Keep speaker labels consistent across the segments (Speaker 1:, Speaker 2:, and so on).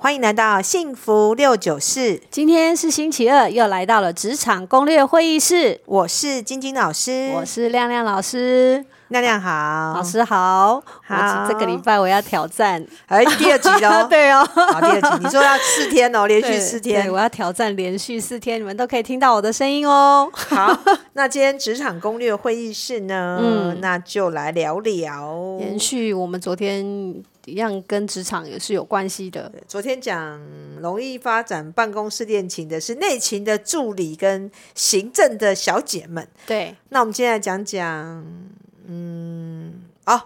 Speaker 1: 欢迎来到幸福六九四，
Speaker 2: 今天是星期二，又来到了职场攻略会议室。
Speaker 1: 我是晶晶老师，
Speaker 2: 我是亮亮老师，
Speaker 1: 亮亮好，
Speaker 2: 老，师哎好。
Speaker 1: 好
Speaker 2: 我这个礼拜我要挑战，
Speaker 1: 哎，第二集 喽，
Speaker 2: 对哦，
Speaker 1: 好，第二集，你说要四天 哦，连续四
Speaker 2: 对
Speaker 1: 天
Speaker 2: 对，我要挑战连续四天，你们都可以听到我的声音 哦。
Speaker 1: 好， 那今天职场攻略会议室呢，
Speaker 2: 嗯
Speaker 1: 那就来聊聊，
Speaker 2: 延续我们昨天一样跟职场也是有关系的，
Speaker 1: 昨天讲容易发展办公室恋情的是内勤的助理跟行政的小姐们，
Speaker 2: 对，
Speaker 1: 那我们今天来讲讲，嗯，哦，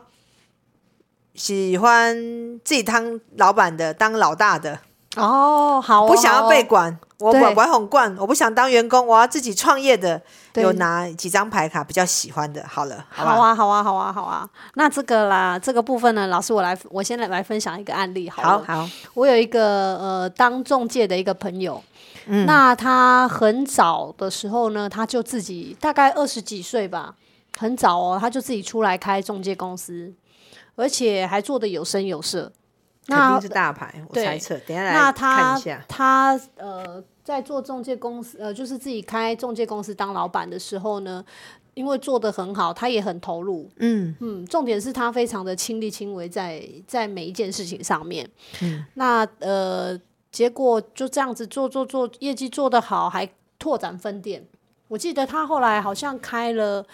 Speaker 1: 喜欢自己当老板的，当老大的，
Speaker 2: 哦，好哦，
Speaker 1: 不想要被
Speaker 2: 好哦
Speaker 1: 管，我
Speaker 2: 对
Speaker 1: 管管哄惯，我不想当员工，我要自己创业的，
Speaker 2: 对
Speaker 1: 有哪几张牌卡比较喜欢的？好了，好
Speaker 2: 好
Speaker 1: 吧，
Speaker 2: 啊，好啊，好啊，好啊。那这个啦，这个部分呢，老师我来，我先来来分享一个案例好了。啊
Speaker 1: 好好，
Speaker 2: 我有一个呃当中介的一个朋友，那他很早的时候呢，他就自己大概二十几岁吧，很早哦，他就自己出来开中介公司，而且还做的有声有色。
Speaker 1: 肯
Speaker 2: 那
Speaker 1: 定是大牌，我
Speaker 2: 对
Speaker 1: 猜测，等一下
Speaker 2: 那
Speaker 1: 来看
Speaker 2: 他
Speaker 1: 一下，
Speaker 2: 他呃，在做中介公司呃，就是自己开中介公司当老板的时候呢，因为做得很好，他也很投入。
Speaker 1: 嗯，
Speaker 2: 嗯，重点是他非常的亲力亲为在在每一件事情上面。嗯，那呃，结果就这样子做做做，业绩做得好，还拓展分店。我记得他后来好像开了，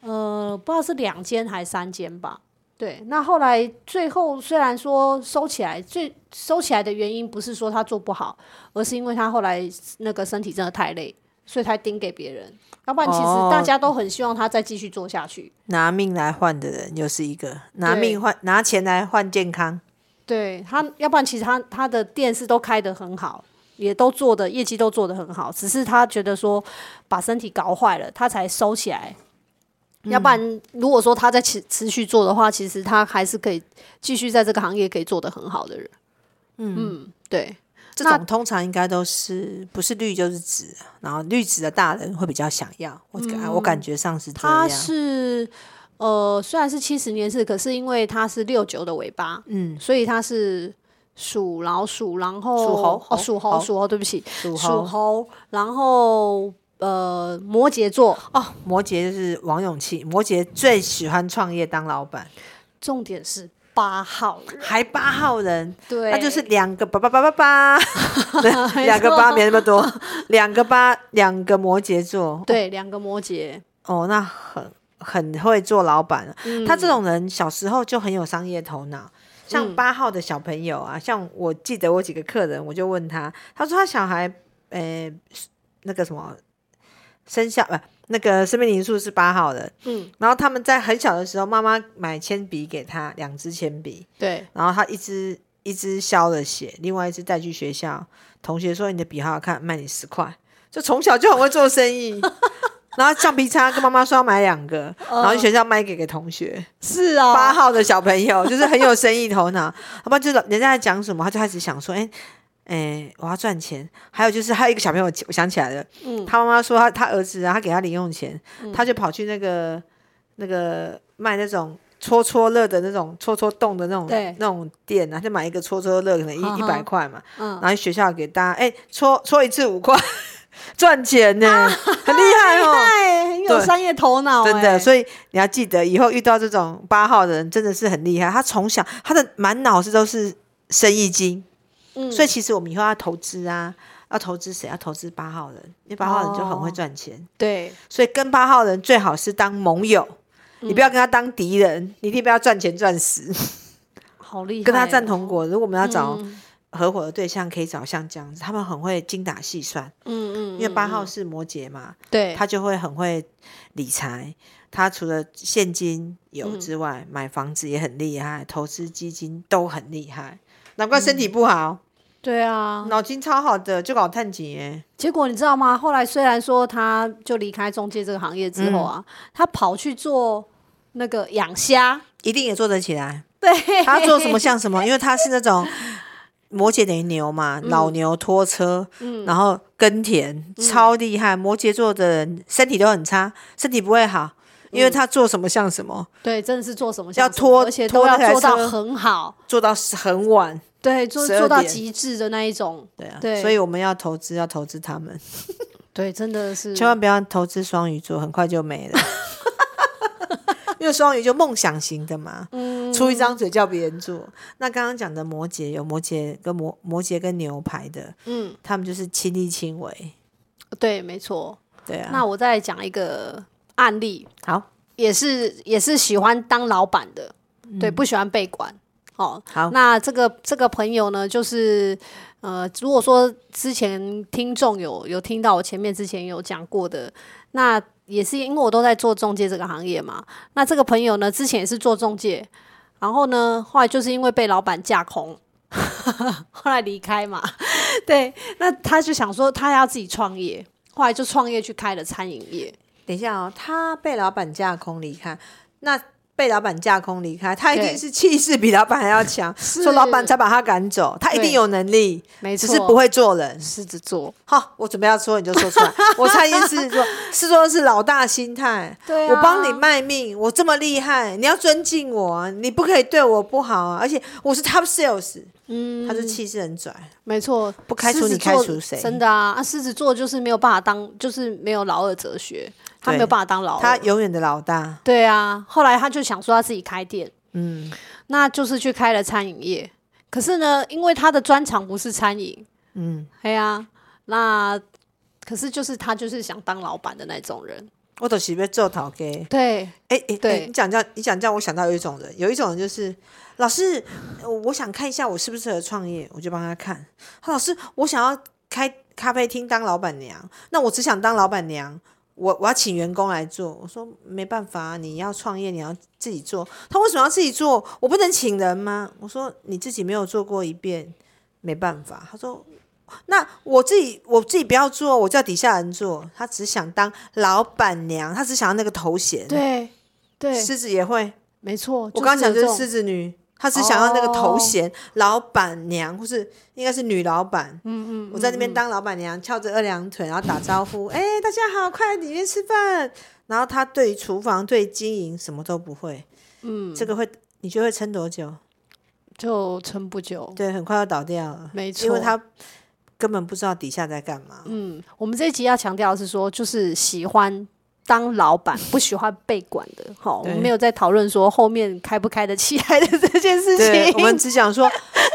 Speaker 2: 呃，不知道是两间还是三间吧。对，那后来最后虽然说收起来，最收起来的原因不是说他做不好，而是因为他后来那个身体真的太累，所以才盯给别人。要不然其实大
Speaker 1: 哦
Speaker 2: 家都很希望他再继续做下去。
Speaker 1: 拿命来换的人又是一个，拿
Speaker 2: 对
Speaker 1: 命换拿钱来换健康，
Speaker 2: 对他，要不然其实他他的店是都开得很好，也都做的业绩都做得很好，只是他觉得说把身体搞坏了，他才收起来。要不然，如果说他在持持续做的话，其实他还是可以继续在这个行业可以做得很好的人。嗯对
Speaker 1: 这
Speaker 2: 那
Speaker 1: 种通常应该都是不是绿就是紫啊，然后绿紫的大人会比较想要。我感、我感觉上是这
Speaker 2: 嗯他
Speaker 1: 样。
Speaker 2: 是呃，虽然是七十年是，可是因为他是六九的尾巴，
Speaker 1: 嗯，
Speaker 2: 所以他是属老鼠，然后
Speaker 1: 属猴
Speaker 2: 哦，属
Speaker 1: 猴
Speaker 2: 猴，属猴，对不起，
Speaker 1: 属
Speaker 2: 属
Speaker 1: 猴
Speaker 2: 猴，然后呃摩羯座，
Speaker 1: 哦，摩羯就是王永庆，摩羯最喜欢创业当老板，
Speaker 2: 重点是八号 人，
Speaker 1: 还八号人，
Speaker 2: 对，
Speaker 1: 那 就是两个八八八八 八，
Speaker 2: 没
Speaker 1: 两个
Speaker 2: 错
Speaker 1: 八没那么多，两个八，两个摩羯座，
Speaker 2: 对两个摩羯，嗯
Speaker 1: 哦，那很很会做老板了。
Speaker 2: 嗯
Speaker 1: 他这种人小时候就很有商业头脑，像
Speaker 2: 嗯
Speaker 1: 八号的小朋友啊，像我记得我几个客人，我就问他，他说他小孩，呃，那个什么生肖呃，那个生命灵数是八号的，
Speaker 2: 嗯，
Speaker 1: 然后他们在很小的时候，妈妈买铅笔给他两支铅笔，
Speaker 2: 对，
Speaker 1: 然后他一支一支削了写，另外一支带去学校，同学说你的笔好好看，卖你十块，就从小就很会做生意。然后橡皮擦跟妈妈说要买两个，然后去学校卖给给同学。
Speaker 2: 是啊
Speaker 1: 八、号的小朋友 就是很有生意头脑，好吧？就是人家在讲什么，他就开始想说，哎、哎、我要赚钱。还有就是还有一个小朋友，我想起来了，
Speaker 2: 嗯
Speaker 1: 他妈妈说他他儿子啊，他给他零用钱，他就跑去那个那个卖那种戳戳乐的那种戳戳洞的那种
Speaker 2: 对
Speaker 1: 那种店啊，就买一个戳戳乐，可能
Speaker 2: 哈
Speaker 1: 一一
Speaker 2: 哈
Speaker 1: 百块嘛，
Speaker 2: 嗯
Speaker 1: 然后学校给大家哎、戳戳一次五块， 赚钱呢、
Speaker 2: 啊
Speaker 1: 很厉害 哦。
Speaker 2: 对，很有
Speaker 1: 对
Speaker 2: 商业头脑、欸，
Speaker 1: 真的，所以你要记得，以后遇到这种八号的人，真的是很厉害。他从小他的满脑子都是生意经，
Speaker 2: 嗯
Speaker 1: 所以其实我们以后要投资啊，要投资谁？要投资八号人，因为八号人就很会
Speaker 2: 哦
Speaker 1: 赚钱，
Speaker 2: 对
Speaker 1: 所以跟八号人最好是当盟友。
Speaker 2: 嗯
Speaker 1: 你不要跟他当敌人，你一定不要赚钱赚死，
Speaker 2: 好厉害哦，
Speaker 1: 跟他站同国。如果我们要找
Speaker 2: 嗯
Speaker 1: 合伙的对象，可以找像这样子，他们很会精打细算。
Speaker 2: 嗯嗯，
Speaker 1: 因为
Speaker 2: 嗯
Speaker 1: 八号
Speaker 2: 嗯
Speaker 1: 是摩羯嘛，
Speaker 2: 对
Speaker 1: 他就会很会理财。他除了现金
Speaker 2: 嗯
Speaker 1: 有之外，买房子也很厉害，投资基金都很厉害。难
Speaker 2: 嗯
Speaker 1: 怪身体不好，
Speaker 2: 对啊，
Speaker 1: 脑筋超好的，就搞探景耶。
Speaker 2: 结果你知道吗？后来虽然说他就离开中介这个行业之后啊，
Speaker 1: 嗯
Speaker 2: 他跑去做那个养虾，
Speaker 1: 一定也做得起来。
Speaker 2: 对，
Speaker 1: 他做什么像什 么，因为他是那种摩羯等于牛嘛，
Speaker 2: 嗯
Speaker 1: 老牛拖车，然后耕田，超厉害。摩羯座的人身体都很差，身体不会好，
Speaker 2: 嗯
Speaker 1: 因为他做什么像什么，
Speaker 2: 对，真的是做什么
Speaker 1: 要
Speaker 2: 像什么
Speaker 1: 拖
Speaker 2: 而且
Speaker 1: 拖
Speaker 2: 都
Speaker 1: 那
Speaker 2: 要
Speaker 1: 台
Speaker 2: 做到
Speaker 1: 车
Speaker 2: 很好。
Speaker 1: 做到很晚。
Speaker 2: 对，做
Speaker 1: 12
Speaker 2: 做到
Speaker 1: 点
Speaker 2: 极致的那一种，
Speaker 1: 对啊，
Speaker 2: 对
Speaker 1: 所以我们要投资，要投资他们，
Speaker 2: 对，真的是
Speaker 1: 千万不要投资双鱼座，很快就没了。 因为双鱼就梦想型的嘛，
Speaker 2: 嗯
Speaker 1: 出一张嘴叫别人做。那刚刚讲的摩羯有摩羯跟摩摩羯跟牛排的，
Speaker 2: 嗯，
Speaker 1: 他们就是亲力亲为。
Speaker 2: 对，没错。
Speaker 1: 对啊，
Speaker 2: 那我再讲一个案例，
Speaker 1: 好，
Speaker 2: 也是也是喜欢当老板的，对，不喜欢被管。哦，
Speaker 1: 好
Speaker 2: 那这个这个朋友呢，就是呃，如果说之前听众有有听到我前面之前有讲过的，那也是因为我都在做中介这个行业嘛。那这个朋友呢，之前也是做中介，然后呢，后来就是因为被老板架空， 后来离开嘛。 对，那他就想说他要自己创业，后来就创业去开了餐饮业。
Speaker 1: 等一下哦，他被老板架空离开，那被老板架空离开，他一定
Speaker 2: 对
Speaker 1: 是气势比老板还要 强，所以老板才把他赶走。他一定
Speaker 2: 对
Speaker 1: 有能力，
Speaker 2: 没
Speaker 1: 只
Speaker 2: 错，
Speaker 1: 是不会做人。
Speaker 2: 狮子座。
Speaker 1: 好，我准备要说你就说出来，我猜应是说， 是说是老大心态。
Speaker 2: 对啊
Speaker 1: 我帮你卖命，我这么厉害，你要尊敬我啊！你不可以对我不好啊！而且我是 top sales，嗯，他就气势很拽，
Speaker 2: 没错，
Speaker 1: 不开除
Speaker 2: 狮子
Speaker 1: 你开
Speaker 2: 座
Speaker 1: 除谁
Speaker 2: 真的啊，啊，狮子座就是没有办法当，就是没有老二哲学，他
Speaker 1: 对
Speaker 2: 没有办法当老
Speaker 1: 他
Speaker 2: 二。
Speaker 1: 永远的老大，
Speaker 2: 对啊，后来他就想说他自己开店，
Speaker 1: 嗯，
Speaker 2: 那就是去开了餐饮业。可是呢，因为他的专长不是餐饮，嗯，哎呀、那可是就是他就是想当老板的那种人，
Speaker 1: 我都是被做讨给。
Speaker 2: 对，
Speaker 1: 哎哎，哎
Speaker 2: 对
Speaker 1: 你讲这样，你讲这样，我想到有一种人，有一种人就是老师，呃我想看一下我适不适合创业，我就帮他看。他老师，我想要开咖啡厅当老板娘，那我只想当老板娘，我我要请员工来做。我说没办法啊，你要创业，你要自己做。他为什么要自己做？我不能请人吗？我说你自己没有做过一遍，没办法。他说。那我自己我自己不要做，我叫底下人做。他只想当老板娘，他只想要那个头衔。
Speaker 2: 对，对，
Speaker 1: 狮子也会，
Speaker 2: 没错。
Speaker 1: 我刚刚讲
Speaker 2: 有
Speaker 1: 就是
Speaker 2: 这种哦
Speaker 1: 狮子女，她只想要那个头衔，老板娘或是应该是女老板。嗯嗯，我在那边当老板娘，翘着二郎腿，然后打招呼，哎、大家好，快来里面吃饭。然后她对于厨房、对经营什么都不会。嗯，这个会你觉得会撑多久？
Speaker 2: 哦就撑不久，
Speaker 1: 对，很快要倒掉了，
Speaker 2: 没错，
Speaker 1: 因为她根本不知道底下在干嘛。
Speaker 2: 嗯，我们这一集要强调的是说，就是喜欢当老板，不喜欢被管的。好，我们
Speaker 1: 对
Speaker 2: 没有在讨论说后面开不开得起来的 这件事
Speaker 1: 对，我们
Speaker 2: 情。
Speaker 1: 只讲说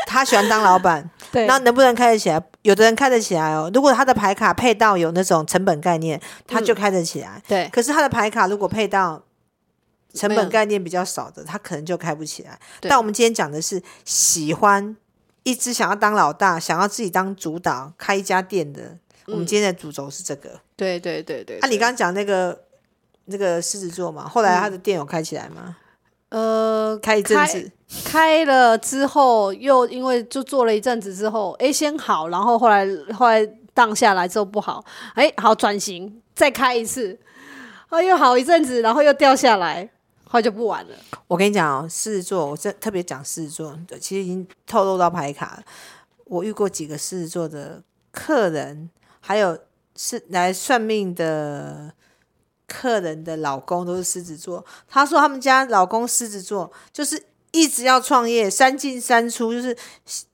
Speaker 1: 她喜欢当老板，
Speaker 2: 对
Speaker 1: 那能不能开得起来？有的人开得起来哦。如果他的牌卡配到有那种成本概念，他就开得起来。
Speaker 2: 嗯对
Speaker 1: 可是他的牌卡如果配到成
Speaker 2: 没
Speaker 1: 本
Speaker 2: 有
Speaker 1: 概念比较少的，他可能就开不起来。
Speaker 2: 对
Speaker 1: 但我们今天讲的是喜欢一直想要当老大、想要自己当主导、开一家店的。我们今天的主轴是这个。
Speaker 2: 对对对嗯对。
Speaker 1: 啊，你
Speaker 2: 对
Speaker 1: 刚刚讲那个那个狮子座嘛，后来他的店有开起来吗？
Speaker 2: 呃
Speaker 1: 开一阵子，
Speaker 2: 开了之后，又因为就做了一阵子之后，哎，先好，然后后来后来荡下来之后不好，哎，好转型，再开一次，啊，又好一阵子，然后又掉下来，后来就不玩了。
Speaker 1: 我跟你讲哦，狮子座，我这特别讲狮子座，其实已经透露到牌卡了。我遇过几个狮子座的客人，还有是来算命的客人的老公都是狮子座。他说他们家老公狮子座，就是一直要创业，三进三出，就是失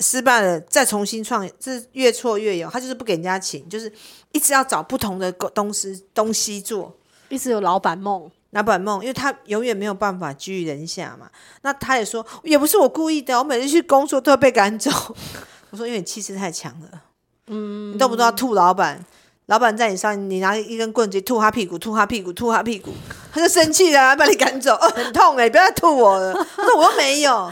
Speaker 1: 失败了再重新创业，这是越挫越勇。他就是不给人家请，就是一直要找不同的东西东西做。
Speaker 2: 一直有老板梦，
Speaker 1: 拿板梦，因为他永远没有办法居于人下嘛。那他也说，也不是我故意的，我每次去工作都要被赶走。 我说，因为你气势太强了，嗯，你动不动要吐老板，老板在你上面，你拿一根棍子吐他屁股，吐他屁股，吐他屁股，他就生气了，把你赶走，哦，很痛哎、你不要再吐我了。他说我又没有，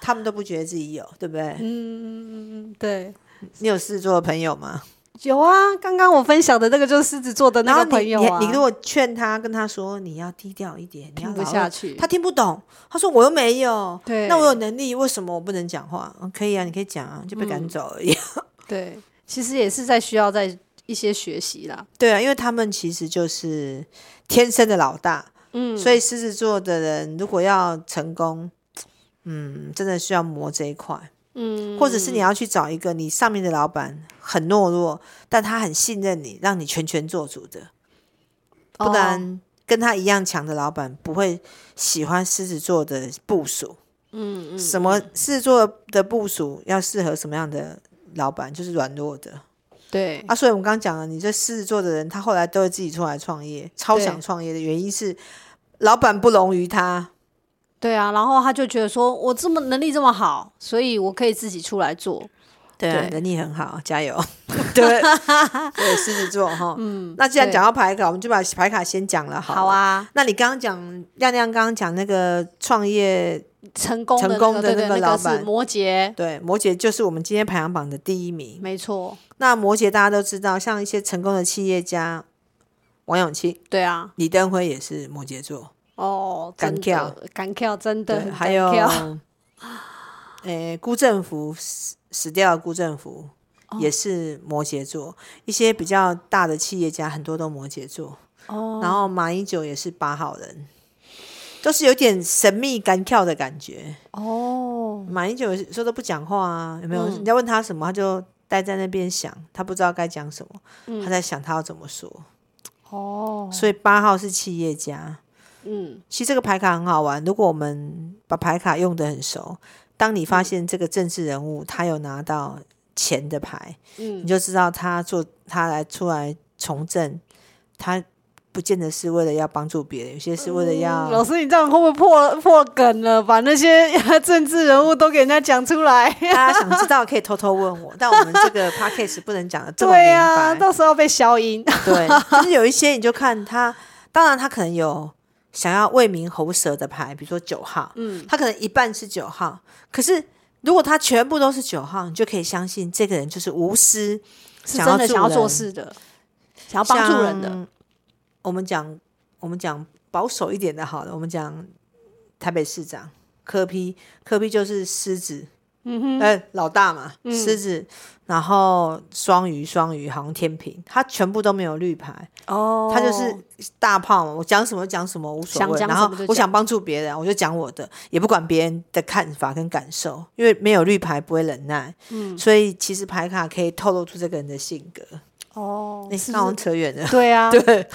Speaker 1: 他们都不觉得自己有，对不对？
Speaker 2: 嗯，对。
Speaker 1: 你有狮子座的朋友吗？
Speaker 2: 有啊，刚刚我分享的那个就是狮子座的
Speaker 1: 然后
Speaker 2: 那个
Speaker 1: 你
Speaker 2: 朋友啊，
Speaker 1: 你你如果劝他，跟他说你要低调一点，你要
Speaker 2: 听不
Speaker 1: 老
Speaker 2: 下去，
Speaker 1: 他听不懂，他说我又没有，
Speaker 2: 对
Speaker 1: 那我有能力，为什么我不能讲话？嗯可以啊，你可以讲啊，就被
Speaker 2: 嗯
Speaker 1: 赶走而已。
Speaker 2: 对，其实也是在需要在一些学习啦，
Speaker 1: 对啊，因为他们其实就是天生的老大，
Speaker 2: 嗯，
Speaker 1: 所以狮子座的人如果要成功，嗯，真的需要磨这一块，
Speaker 2: 嗯，
Speaker 1: 或者是你要去找一个你上面的老板很懦弱，但他很信任你，让你全权做主的，
Speaker 2: 哦
Speaker 1: 不然跟他一样强的老板不会喜欢狮子座的部署。嗯嗯，什么事做的部署要适合什么样的老板，就是软弱的
Speaker 2: 对
Speaker 1: 啊。所以我们刚刚讲了，你这狮子座的人，他后来都会自己出来创业，超想创业的原因是老板不容于他。
Speaker 2: 对啊，然后他就觉得说我这么能力这么好，所以我可以自己出来做。
Speaker 1: 对
Speaker 2: 啊
Speaker 1: 能力很好，加 油！对，对，狮子座哈。嗯，那既然
Speaker 2: 对
Speaker 1: 讲到牌卡，我们就把牌卡先讲了好了。
Speaker 2: 好啊，
Speaker 1: 那你刚刚讲亮亮刚刚讲那个创业，
Speaker 2: 成功的、那个、
Speaker 1: 成功的
Speaker 2: 对
Speaker 1: 那
Speaker 2: 对
Speaker 1: 个
Speaker 2: 那
Speaker 1: 老
Speaker 2: 是
Speaker 1: 板
Speaker 2: 摩羯，
Speaker 1: 对摩羯就是我们今天排行榜的第一名。
Speaker 2: 没错，
Speaker 1: 那摩羯大家都知道，像一些成功的企业家，王永庆、
Speaker 2: 对啊，
Speaker 1: 李登辉也是摩羯座，
Speaker 2: 哦，
Speaker 1: 敢
Speaker 2: 真
Speaker 1: 跳
Speaker 2: 的，敢跳，真的，
Speaker 1: 还有
Speaker 2: 敢跳，
Speaker 1: 诶，辜振甫死死掉的辜振甫。也是摩羯座，一些比较大的企业家很多都摩羯座，
Speaker 2: 哦，
Speaker 1: 然后马英九也是八号人，都是有点神秘干跳的感觉。
Speaker 2: 哦，
Speaker 1: 马英九有时候都不讲话啊，有没
Speaker 2: 嗯
Speaker 1: 有？人家问他什么，他就待在那边想，他不知道该讲什么，
Speaker 2: 嗯
Speaker 1: 他在想他要怎么说。
Speaker 2: 哦，
Speaker 1: 所以八号是企业家，
Speaker 2: 嗯，
Speaker 1: 其实这个牌卡很好玩。如果我们把牌卡用得很熟，当你发现这个政治人物他有拿到钱的牌，
Speaker 2: 嗯
Speaker 1: 你就知道他做他来出来从政，他不见得是为了要帮助别人，有些是为了要、
Speaker 2: 嗯老师，你这样会不会破破梗了？把那些 政治人物都给人家讲出来？
Speaker 1: 大家想知道可以偷偷问我，但我们这个 podcast 不能讲的 这么明
Speaker 2: 对啊，
Speaker 1: 白。
Speaker 2: 到时候被消音。
Speaker 1: 对，就是有一些你就看他，当然他可能有想要为民喉舌的牌，比如说九号，嗯，他可能一半是九号，可是如果他全部都是九号，你就可以相信这个人就是无私，
Speaker 2: 是真的
Speaker 1: 助
Speaker 2: 想要做
Speaker 1: 人，
Speaker 2: 事的，想要帮助人的。
Speaker 1: 像我们讲，我们讲保守一点的，好了，我们讲台北市长柯批，柯批就是狮子，嗯哼，呃，老大嘛，
Speaker 2: 嗯
Speaker 1: 狮子，然后双鱼，双鱼好像天平，他全部都没有绿牌，
Speaker 2: 哦
Speaker 1: 他就是大炮嘛，我讲什么讲什么无所谓，
Speaker 2: 想讲
Speaker 1: 然
Speaker 2: 什
Speaker 1: 后
Speaker 2: 么就
Speaker 1: 我
Speaker 2: 讲
Speaker 1: 想帮助别人，我就讲我的，也不管别人的看法跟感受，因为没有绿牌不会忍耐，嗯，所以其实牌卡可以透露出这个人的性格。
Speaker 2: 哦
Speaker 1: 你，
Speaker 2: 是
Speaker 1: 那我
Speaker 2: 不
Speaker 1: 们
Speaker 2: 是
Speaker 1: 扯 远了，
Speaker 2: 对啊，
Speaker 1: 对，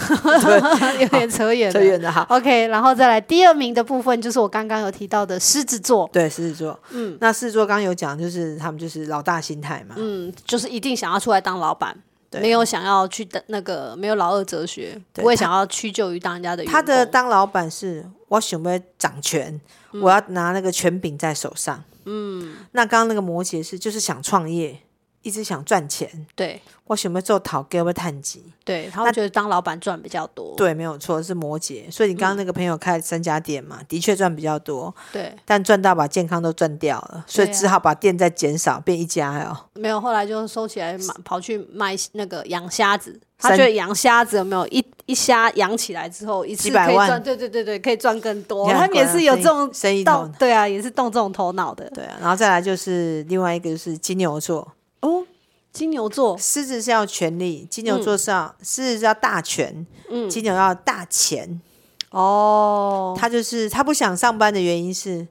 Speaker 2: 有点扯远
Speaker 1: 扯
Speaker 2: 了。
Speaker 1: 远了哈。
Speaker 2: OK，然后再来第二名的部分，就是我刚刚有提到的狮子座，
Speaker 1: 对，狮子座，嗯，那狮子座刚刚有讲，就是他们就是老大心态嘛，
Speaker 2: 嗯，就是一定想要出来当老板，
Speaker 1: 对
Speaker 2: 没有想要去的那个没有老二哲学，
Speaker 1: 对
Speaker 2: 不会想要屈就于当人家的员
Speaker 1: 他的
Speaker 2: 工
Speaker 1: 当老板是我想要掌权，
Speaker 2: 嗯
Speaker 1: 我要拿那个权柄在手上，嗯，那刚刚那个摩羯是就是想创业，一直想赚钱，
Speaker 2: 对
Speaker 1: 我想要做讨给我探级，
Speaker 2: 对，他会觉得当老板赚比较多，
Speaker 1: 对，没有错，是摩羯，所以你刚
Speaker 2: 嗯
Speaker 1: 刚那个朋友开三家店嘛，的确赚比较多，
Speaker 2: 对，
Speaker 1: 但赚到把健康都赚掉了，所以
Speaker 2: 对啊
Speaker 1: 只好把店再减少，变一家哦。
Speaker 2: 没有后来就收起来，买跑去卖那个养虾子，他
Speaker 1: 三
Speaker 2: 觉得养虾子有没有一一虾养起来之后一次
Speaker 1: 几百
Speaker 2: 可以
Speaker 1: 万
Speaker 2: 赚，对对对对，可以赚更多，
Speaker 1: 你看
Speaker 2: 他们也是有这种
Speaker 1: 生意头
Speaker 2: 动
Speaker 1: 脑，
Speaker 2: 对啊，也是动这种头脑的
Speaker 1: 对啊，然后再来就是另外一个就是金牛座，
Speaker 2: 哦。金牛座
Speaker 1: 狮子是要权力，金
Speaker 2: 嗯
Speaker 1: 牛座是要狮、子是要大权，金牛要大钱。
Speaker 2: 哦，
Speaker 1: 他就是他不想上班的原因是，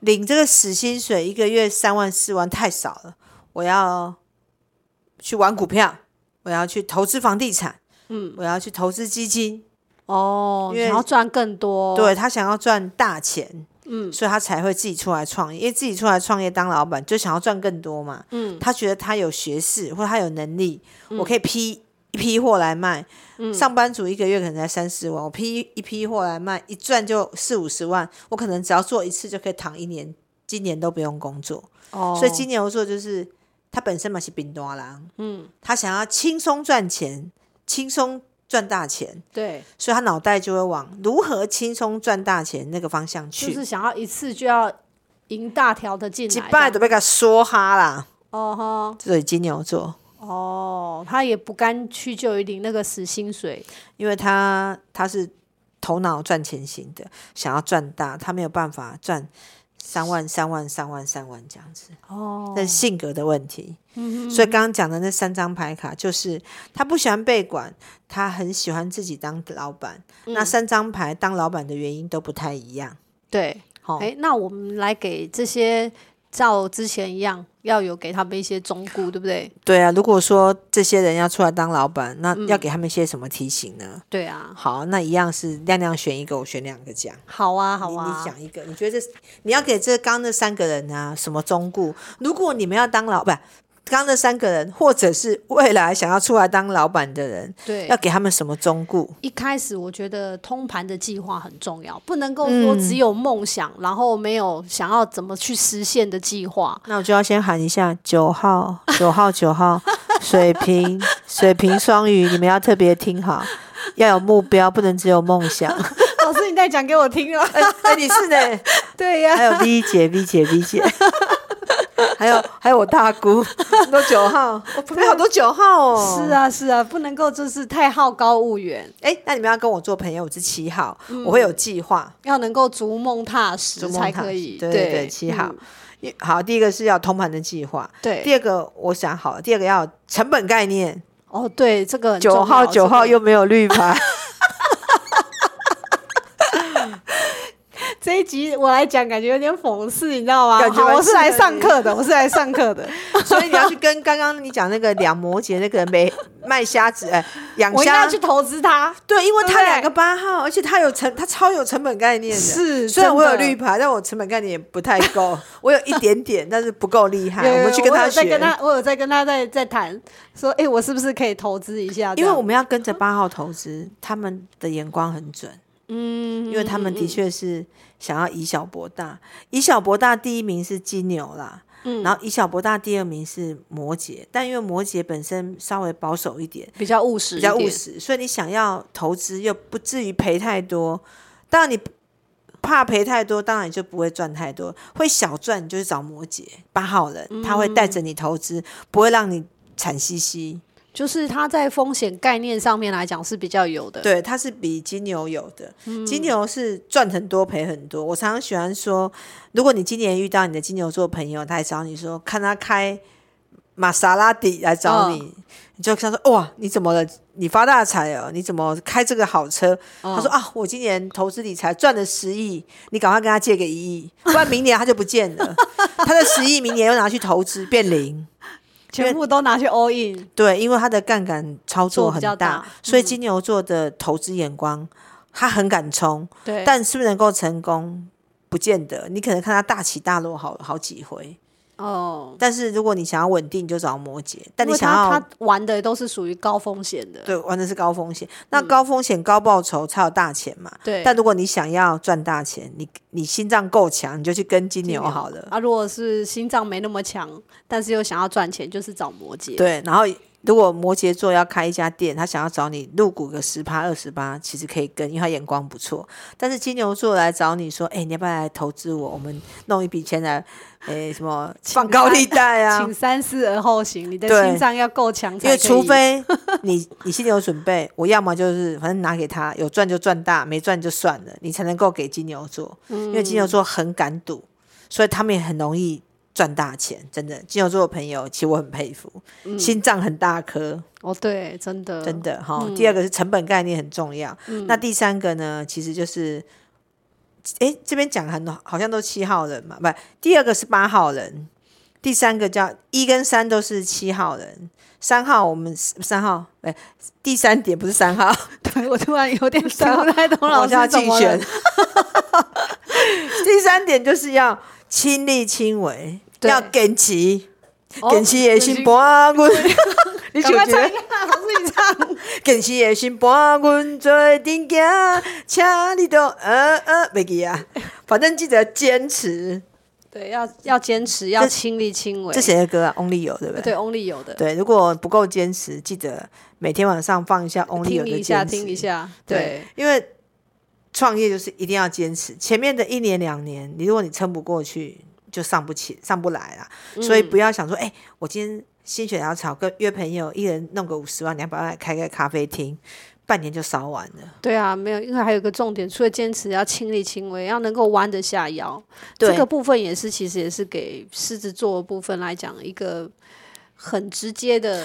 Speaker 1: 领这个死薪水，一个月三万四万太少了，我要去玩股票，我要去投资房地产，嗯，我要去投资基金。
Speaker 2: 哦，
Speaker 1: 因为
Speaker 2: 想要赚更多，
Speaker 1: 对他想要赚大钱，哦嗯，所以他才会自己出来创业，因为自己出来创业当老板就想要赚更多嘛，嗯，他觉得他有学识或他有能力，我可以批一批货来卖，上班族一个月可能才三四万，我批一批货来卖，一赚就四五十万，我可能只要做一次就可以躺一年，今年都不用工作，
Speaker 2: 哦，
Speaker 1: 所以金牛座就是他本身嘛是丙多郎，嗯，他想要轻松赚钱，轻松赚大钱，
Speaker 2: 对，
Speaker 1: 所以他脑袋就会往如何轻松赚大钱那个方向去。
Speaker 2: 就是想要一次就要赢大条的进来，
Speaker 1: 几拜都被他说哈啦，
Speaker 2: 哦哈，
Speaker 1: 所以金牛座，
Speaker 2: 哦，他也不甘屈就于领那个死薪水，
Speaker 1: 因为他他是头脑赚钱型的，想要赚大，他没有办法赚三万、三万、三万、三万这样子，
Speaker 2: 哦，嗯
Speaker 1: 那是性格的问题。所以刚刚讲的那三张牌卡，就是他不喜欢被管，他很喜欢自己当老板。
Speaker 2: 嗯
Speaker 1: 那三张牌当老板的原因都不太一样。
Speaker 2: 对，
Speaker 1: 好、
Speaker 2: 哎，那我们来给这些照之前一样，要有给他们一些忠告，对不对？
Speaker 1: 对啊，如果说这些人要出来当老板，那要给他们一些什么提醒呢？
Speaker 2: 对啊，
Speaker 1: 好，那一样是亮亮选一个，我选两个讲。
Speaker 2: 好啊，好
Speaker 1: 你你
Speaker 2: 啊，
Speaker 1: 讲一个，你觉得这你要给这刚那三个人啊什么忠告？如果你们要当老板，刚那三个人，或者是未来想要出来当老板的人，
Speaker 2: 对
Speaker 1: 要，给他们什么忠告？
Speaker 2: 一开始我觉得通盘的计划很重要，不能够说只
Speaker 1: 嗯
Speaker 2: 有梦想，然后没有想要怎么去实现的 计划。
Speaker 1: 那我就要先喊一下九号，九号，九 号，水瓶，水瓶双鱼，你们要特别听好，要有目标，不能只有梦想。
Speaker 2: 老师，你再讲给我听啊！
Speaker 1: 哎、哎你是呢？
Speaker 2: 对呀、
Speaker 1: 还有 V 姐，V 姐，V 姐， 还有还有我大 姑，都九
Speaker 2: 哦
Speaker 1: 号，我旁边好多九号 哦。
Speaker 2: 是，啊，是啊，不能够就是太好高骛远，
Speaker 1: 哎、那你们要跟我做朋友，我是七号，我会有计划。
Speaker 2: 要能够逐梦踏
Speaker 1: 逐
Speaker 2: 实
Speaker 1: 梦
Speaker 2: 嗯才
Speaker 1: 踏
Speaker 2: 可
Speaker 1: 实
Speaker 2: 以。
Speaker 1: 对对
Speaker 2: 对
Speaker 1: 七号
Speaker 2: 嗯
Speaker 1: 一好，第一个是要通盘的计划，第
Speaker 2: 对，
Speaker 1: 二个我想好了，第二个要有成本概念。
Speaker 2: 哦，对，这个很重
Speaker 1: 九
Speaker 2: 要
Speaker 1: 号，
Speaker 2: 这
Speaker 1: 九号
Speaker 2: 个
Speaker 1: 又没有绿 牌，
Speaker 2: 这一集我来讲，感觉有点讽刺，你知道吗？
Speaker 1: 感觉蛮
Speaker 2: 好，我是来
Speaker 1: 刺激的
Speaker 2: 上课的，我是来上 课的。
Speaker 1: 所以你要去跟刚刚你讲那个两摩羯那个人没卖虾子，哎、养
Speaker 2: 我应该
Speaker 1: 虾
Speaker 2: 要去。投资它。
Speaker 1: 对，因为
Speaker 2: 对不
Speaker 1: 他
Speaker 2: 对
Speaker 1: 两个八号，而且他有成，他超有成本概念的。
Speaker 2: 是
Speaker 1: 虽然我有
Speaker 2: 真的
Speaker 1: 绿牌，但我成本概念也不太 够，我有一点点，但是不够厉害。
Speaker 2: 有有
Speaker 1: 我们去跟
Speaker 2: 有
Speaker 1: 他
Speaker 2: 有在跟
Speaker 1: 学，
Speaker 2: 他，我有在跟他在在谈，说，哎、我是不是可以投资一下？
Speaker 1: 因为
Speaker 2: 这样
Speaker 1: 我们要跟着八号投资，他们的眼光很准，
Speaker 2: 嗯，
Speaker 1: 因为他们的确是想要以小博大。以小博大第一名是金牛啦，
Speaker 2: 嗯
Speaker 1: 然后以小博大第二名是摩羯，但因为摩羯本身稍微保守一点，
Speaker 2: 比较务实，
Speaker 1: 比较务。实，所以你想要投资又不至于赔太多，当然你怕赔太多，当然你就不会赚太多，会小赚你就是找摩羯八号人，他会带着你投资，不会让你惨兮兮。
Speaker 2: 就是他在风险概念上面来讲是比较有的。
Speaker 1: 对，他是比金牛有的，金牛是赚很多赔很多。我常常喜欢说，如果你今年遇到你的金牛座朋友，他来找你说，看他开玛莎拉蒂来找
Speaker 2: 嗯
Speaker 1: 你，你就跟他说，哇，你怎么了？你发大财哦？你怎么开这个好车？
Speaker 2: 嗯
Speaker 1: 他说啊，我今年投资理财赚了十亿，你赶快跟他借个一亿，不然明年他就不见了。他的十亿明年又拿去投资变零。
Speaker 2: 全部都拿去 all in，
Speaker 1: 对，因为他的杠杆操作
Speaker 2: 做比
Speaker 1: 很
Speaker 2: 较
Speaker 1: 大，
Speaker 2: 大嗯
Speaker 1: 所以金牛座的投资眼光，他很敢冲，
Speaker 2: 对，
Speaker 1: 但是不是能够成功，不见得。你可能看他大起大落好好几回，
Speaker 2: 哦，
Speaker 1: 但是如果你想要稳定，就找摩羯；但
Speaker 2: 因
Speaker 1: 你
Speaker 2: 为
Speaker 1: 想
Speaker 2: 他
Speaker 1: 要
Speaker 2: 他玩的都是属于高风险的，
Speaker 1: 对玩的是高风险，那高风险高报酬才有大钱嘛。
Speaker 2: 嗯对。
Speaker 1: 但如果你想要赚大钱，你你心脏够强，你就去跟金
Speaker 2: 金
Speaker 1: 牛好了。
Speaker 2: 啊，如果是心脏没那么强，但是又想要赚钱，就是找摩羯。
Speaker 1: 对，然后如果摩羯座要开一家店，他想要找你入股个十趴二十八，其实可以跟，因为他眼光不错。但是金牛座来找你说，哎、你要不要来投资我？我们弄一笔钱来，哎、什 么放高利贷啊
Speaker 2: 请？三思而后行，你的
Speaker 1: 对
Speaker 2: 心脏要够强才
Speaker 1: 因
Speaker 2: 可
Speaker 1: 为
Speaker 2: 以。
Speaker 1: 除 非你你心里有准备，我要么就是反正拿给他，有赚就赚大，没赚就算了，你才能够给金牛座，
Speaker 2: 嗯
Speaker 1: 因为金牛座很敢赌，所以他们也很容易赚大钱。真的，金牛座的朋友，其实我很佩服，
Speaker 2: 嗯
Speaker 1: 心脏很大颗。
Speaker 2: 哦，对，真的，
Speaker 1: 真的哈、第
Speaker 2: 嗯
Speaker 1: 二个是成本概念很重要，那第三个呢，其实就是，诶，这边讲很多好像都七号人嘛，不，第二个是八号人，第三个叫一跟三都是七号人，三号我们三号，哎，第三点不是三号，
Speaker 2: 对我突然有点听
Speaker 1: 三号
Speaker 2: 不太懂老
Speaker 1: 我
Speaker 2: 师
Speaker 1: 要
Speaker 2: 怎
Speaker 1: 啊竞
Speaker 2: 么
Speaker 1: 选
Speaker 2: 了。。
Speaker 1: 第三点就是要亲力亲为，
Speaker 2: 对
Speaker 1: 要坚持，
Speaker 2: 哦
Speaker 1: 坚持野心
Speaker 2: 就是
Speaker 1: 拔滚，你
Speaker 2: 赶
Speaker 1: 就
Speaker 2: 快
Speaker 1: 觉
Speaker 2: 唱
Speaker 1: 得
Speaker 2: 一。下，老师你唱。
Speaker 1: 坚持的心伴阮做阵行，请你都呃呃袂记 啊，反正记得坚持。
Speaker 2: 对，要要坚持，要亲力亲为。
Speaker 1: 这谁的歌啊？Only 有对不对？
Speaker 2: 对 Only 有的，
Speaker 1: 对如果不够坚持，记得每天晚上放一 下 Only 有
Speaker 2: 听
Speaker 1: 的
Speaker 2: 一下，
Speaker 1: 坚持。
Speaker 2: 听一下。
Speaker 1: 对
Speaker 2: 对，，
Speaker 1: 因为创业就是一定要坚持，前面的一年两年，你如果你撑不过去，就上不起、上不来啦。
Speaker 2: 嗯
Speaker 1: 所以不要想说，哎、我今天心血来潮跟约朋友，一人弄个五十万、两百万，开个咖啡厅，半年就烧完了。
Speaker 2: 对啊，没有，因为还有一个重点，除了坚持，要亲力亲为，要能够弯得下腰。
Speaker 1: 对
Speaker 2: 这个部分也是，其实也是给狮子座的部分来讲一个很直接的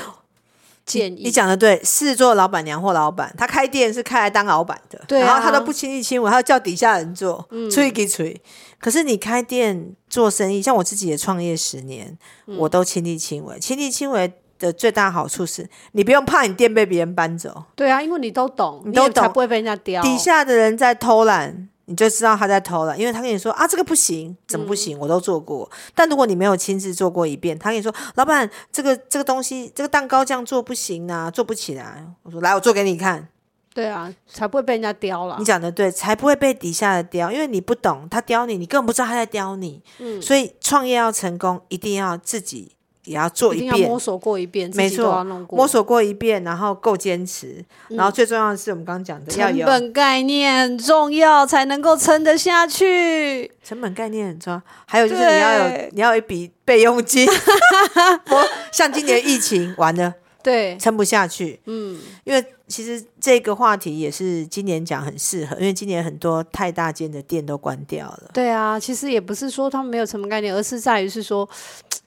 Speaker 2: 建
Speaker 1: 你
Speaker 2: 议。
Speaker 1: 讲的对，是做老板娘或老板，他开店是开来当老板的，
Speaker 2: 对啊嗯
Speaker 1: 然后他都不亲力亲为，他要叫底下人做，吹给吹。可是你开店做生意，像我自己也创业十年，
Speaker 2: 嗯
Speaker 1: 我都亲力亲为。亲力亲为的最大好处是，你不用怕你店被别人搬走，
Speaker 2: 对啊，因为你都懂，
Speaker 1: 你
Speaker 2: 你
Speaker 1: 都
Speaker 2: 也才
Speaker 1: 懂
Speaker 2: 不会被人家刁。
Speaker 1: 底下的人在偷懒，你就知道他在偷懒，因为他跟你说啊，这个不行，怎么不
Speaker 2: 嗯
Speaker 1: 行，我都做过。但如果你没有亲自做过一遍，他跟你说，老板，这个这个东西，这个蛋糕这样做不行啊，做不起来。我说来，我做给你看。
Speaker 2: 对啊，才不会被人家刁了
Speaker 1: 你。讲的对，才不会被底下的刁，因为你不懂，他刁你，你根本不知道他在刁你。
Speaker 2: 嗯
Speaker 1: 所以创业要成功，一定要自己也要做
Speaker 2: 一定要
Speaker 1: 遍。
Speaker 2: 摸索过一遍，
Speaker 1: 没
Speaker 2: 自己都
Speaker 1: 错
Speaker 2: 要弄过。
Speaker 1: 摸索过一遍，然后够坚持，然后最重要的是我们刚刚讲的要
Speaker 2: 嗯成
Speaker 1: 有
Speaker 2: 本概念很重要，才能够撑得下去。
Speaker 1: 成本概念很重要，还有就是你要有
Speaker 2: 对
Speaker 1: 你要有一笔备用金。 我像今年疫情完了，
Speaker 2: 对，
Speaker 1: 撑不下去，嗯，因为其实这个话题也是今年讲很适合，因为今年很多太大间的店都关掉了。
Speaker 2: 对啊，其实也不是说他们没有成本概念，而是在于是说，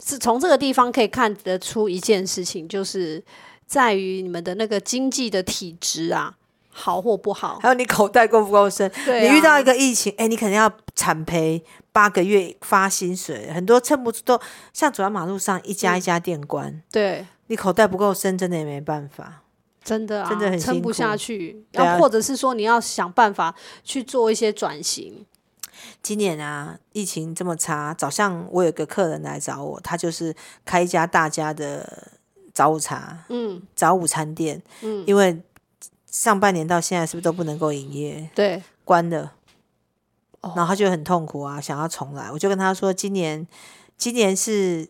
Speaker 2: 是从这个地方可以看得出一件事情，就是在于你们的那个经济的体质啊，好或不 好。
Speaker 1: 还有你口袋够不够深？
Speaker 2: 哦对
Speaker 1: 你
Speaker 2: 啊
Speaker 1: 遇到一个疫情，哎、你可能要产赔八个月发薪水，很多撑不住都像走在马路上一家一家店关，
Speaker 2: 对，
Speaker 1: 你口袋不够深，真的也没办法。
Speaker 2: 真的啊，
Speaker 1: 真的很
Speaker 2: 撑不
Speaker 1: 辛苦
Speaker 2: 下去，
Speaker 1: 对啊
Speaker 2: 要或者是说你要想办法去做一些转型。
Speaker 1: 今年啊，疫情这么差，早上我有个客人来找我，他就是开一家大家的早午茶、
Speaker 2: 嗯，
Speaker 1: 早午餐店，嗯，因为上半年到现在是不是都不能够营业，
Speaker 2: 对，
Speaker 1: 关了，
Speaker 2: 哦
Speaker 1: 然后他就很痛苦啊，想要重来。我就跟他说，今年今年是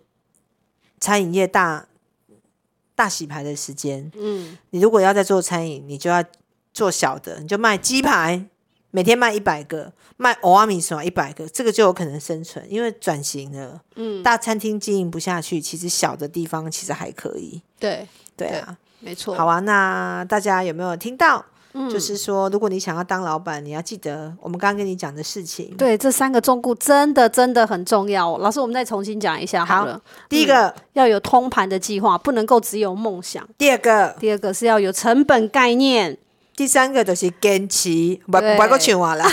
Speaker 1: 餐饮业大大洗牌的时间，
Speaker 2: 嗯，
Speaker 1: 你如果要再做餐饮，你就要做小的，你就卖鸡排，每天卖一百个，卖欧阿米索一百个，这个就有可能生存，因为转型了，嗯，大餐厅经营不下去，其实小的地方其实还可以，
Speaker 2: 对，
Speaker 1: 对啊，
Speaker 2: 没错。嗯
Speaker 1: 好啊，那大家有没有听到？就是说，如果你想要当老板，你要记得我们刚刚跟你讲的事情。
Speaker 2: 对，这三个重顾真的真的很重要哦、老师，我们再重新讲一下好
Speaker 1: 好
Speaker 2: 了。
Speaker 1: 第一个、
Speaker 2: 要有通盘的计划，不能够只有梦想。
Speaker 1: 第二个、
Speaker 2: 第二个是要有成本概念，
Speaker 1: 第三个就是坚持，不
Speaker 2: 对
Speaker 1: 不够全完了，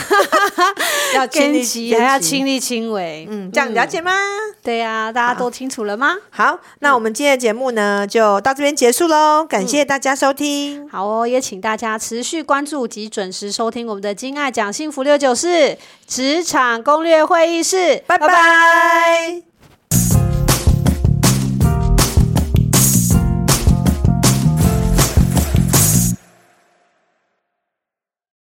Speaker 1: 要亲力
Speaker 2: 坚持还 要
Speaker 1: 持
Speaker 2: 亲力亲为。
Speaker 1: 嗯，这样了解吗？
Speaker 2: 对呀、大家都清楚了吗？
Speaker 1: 好，那我们今天的节目呢就到这边结束喽，感谢大家收听，
Speaker 2: 好哦，也请大家持续关注及准时收听我们的《金爱讲幸福六九四职场攻略会议室》，
Speaker 1: 拜拜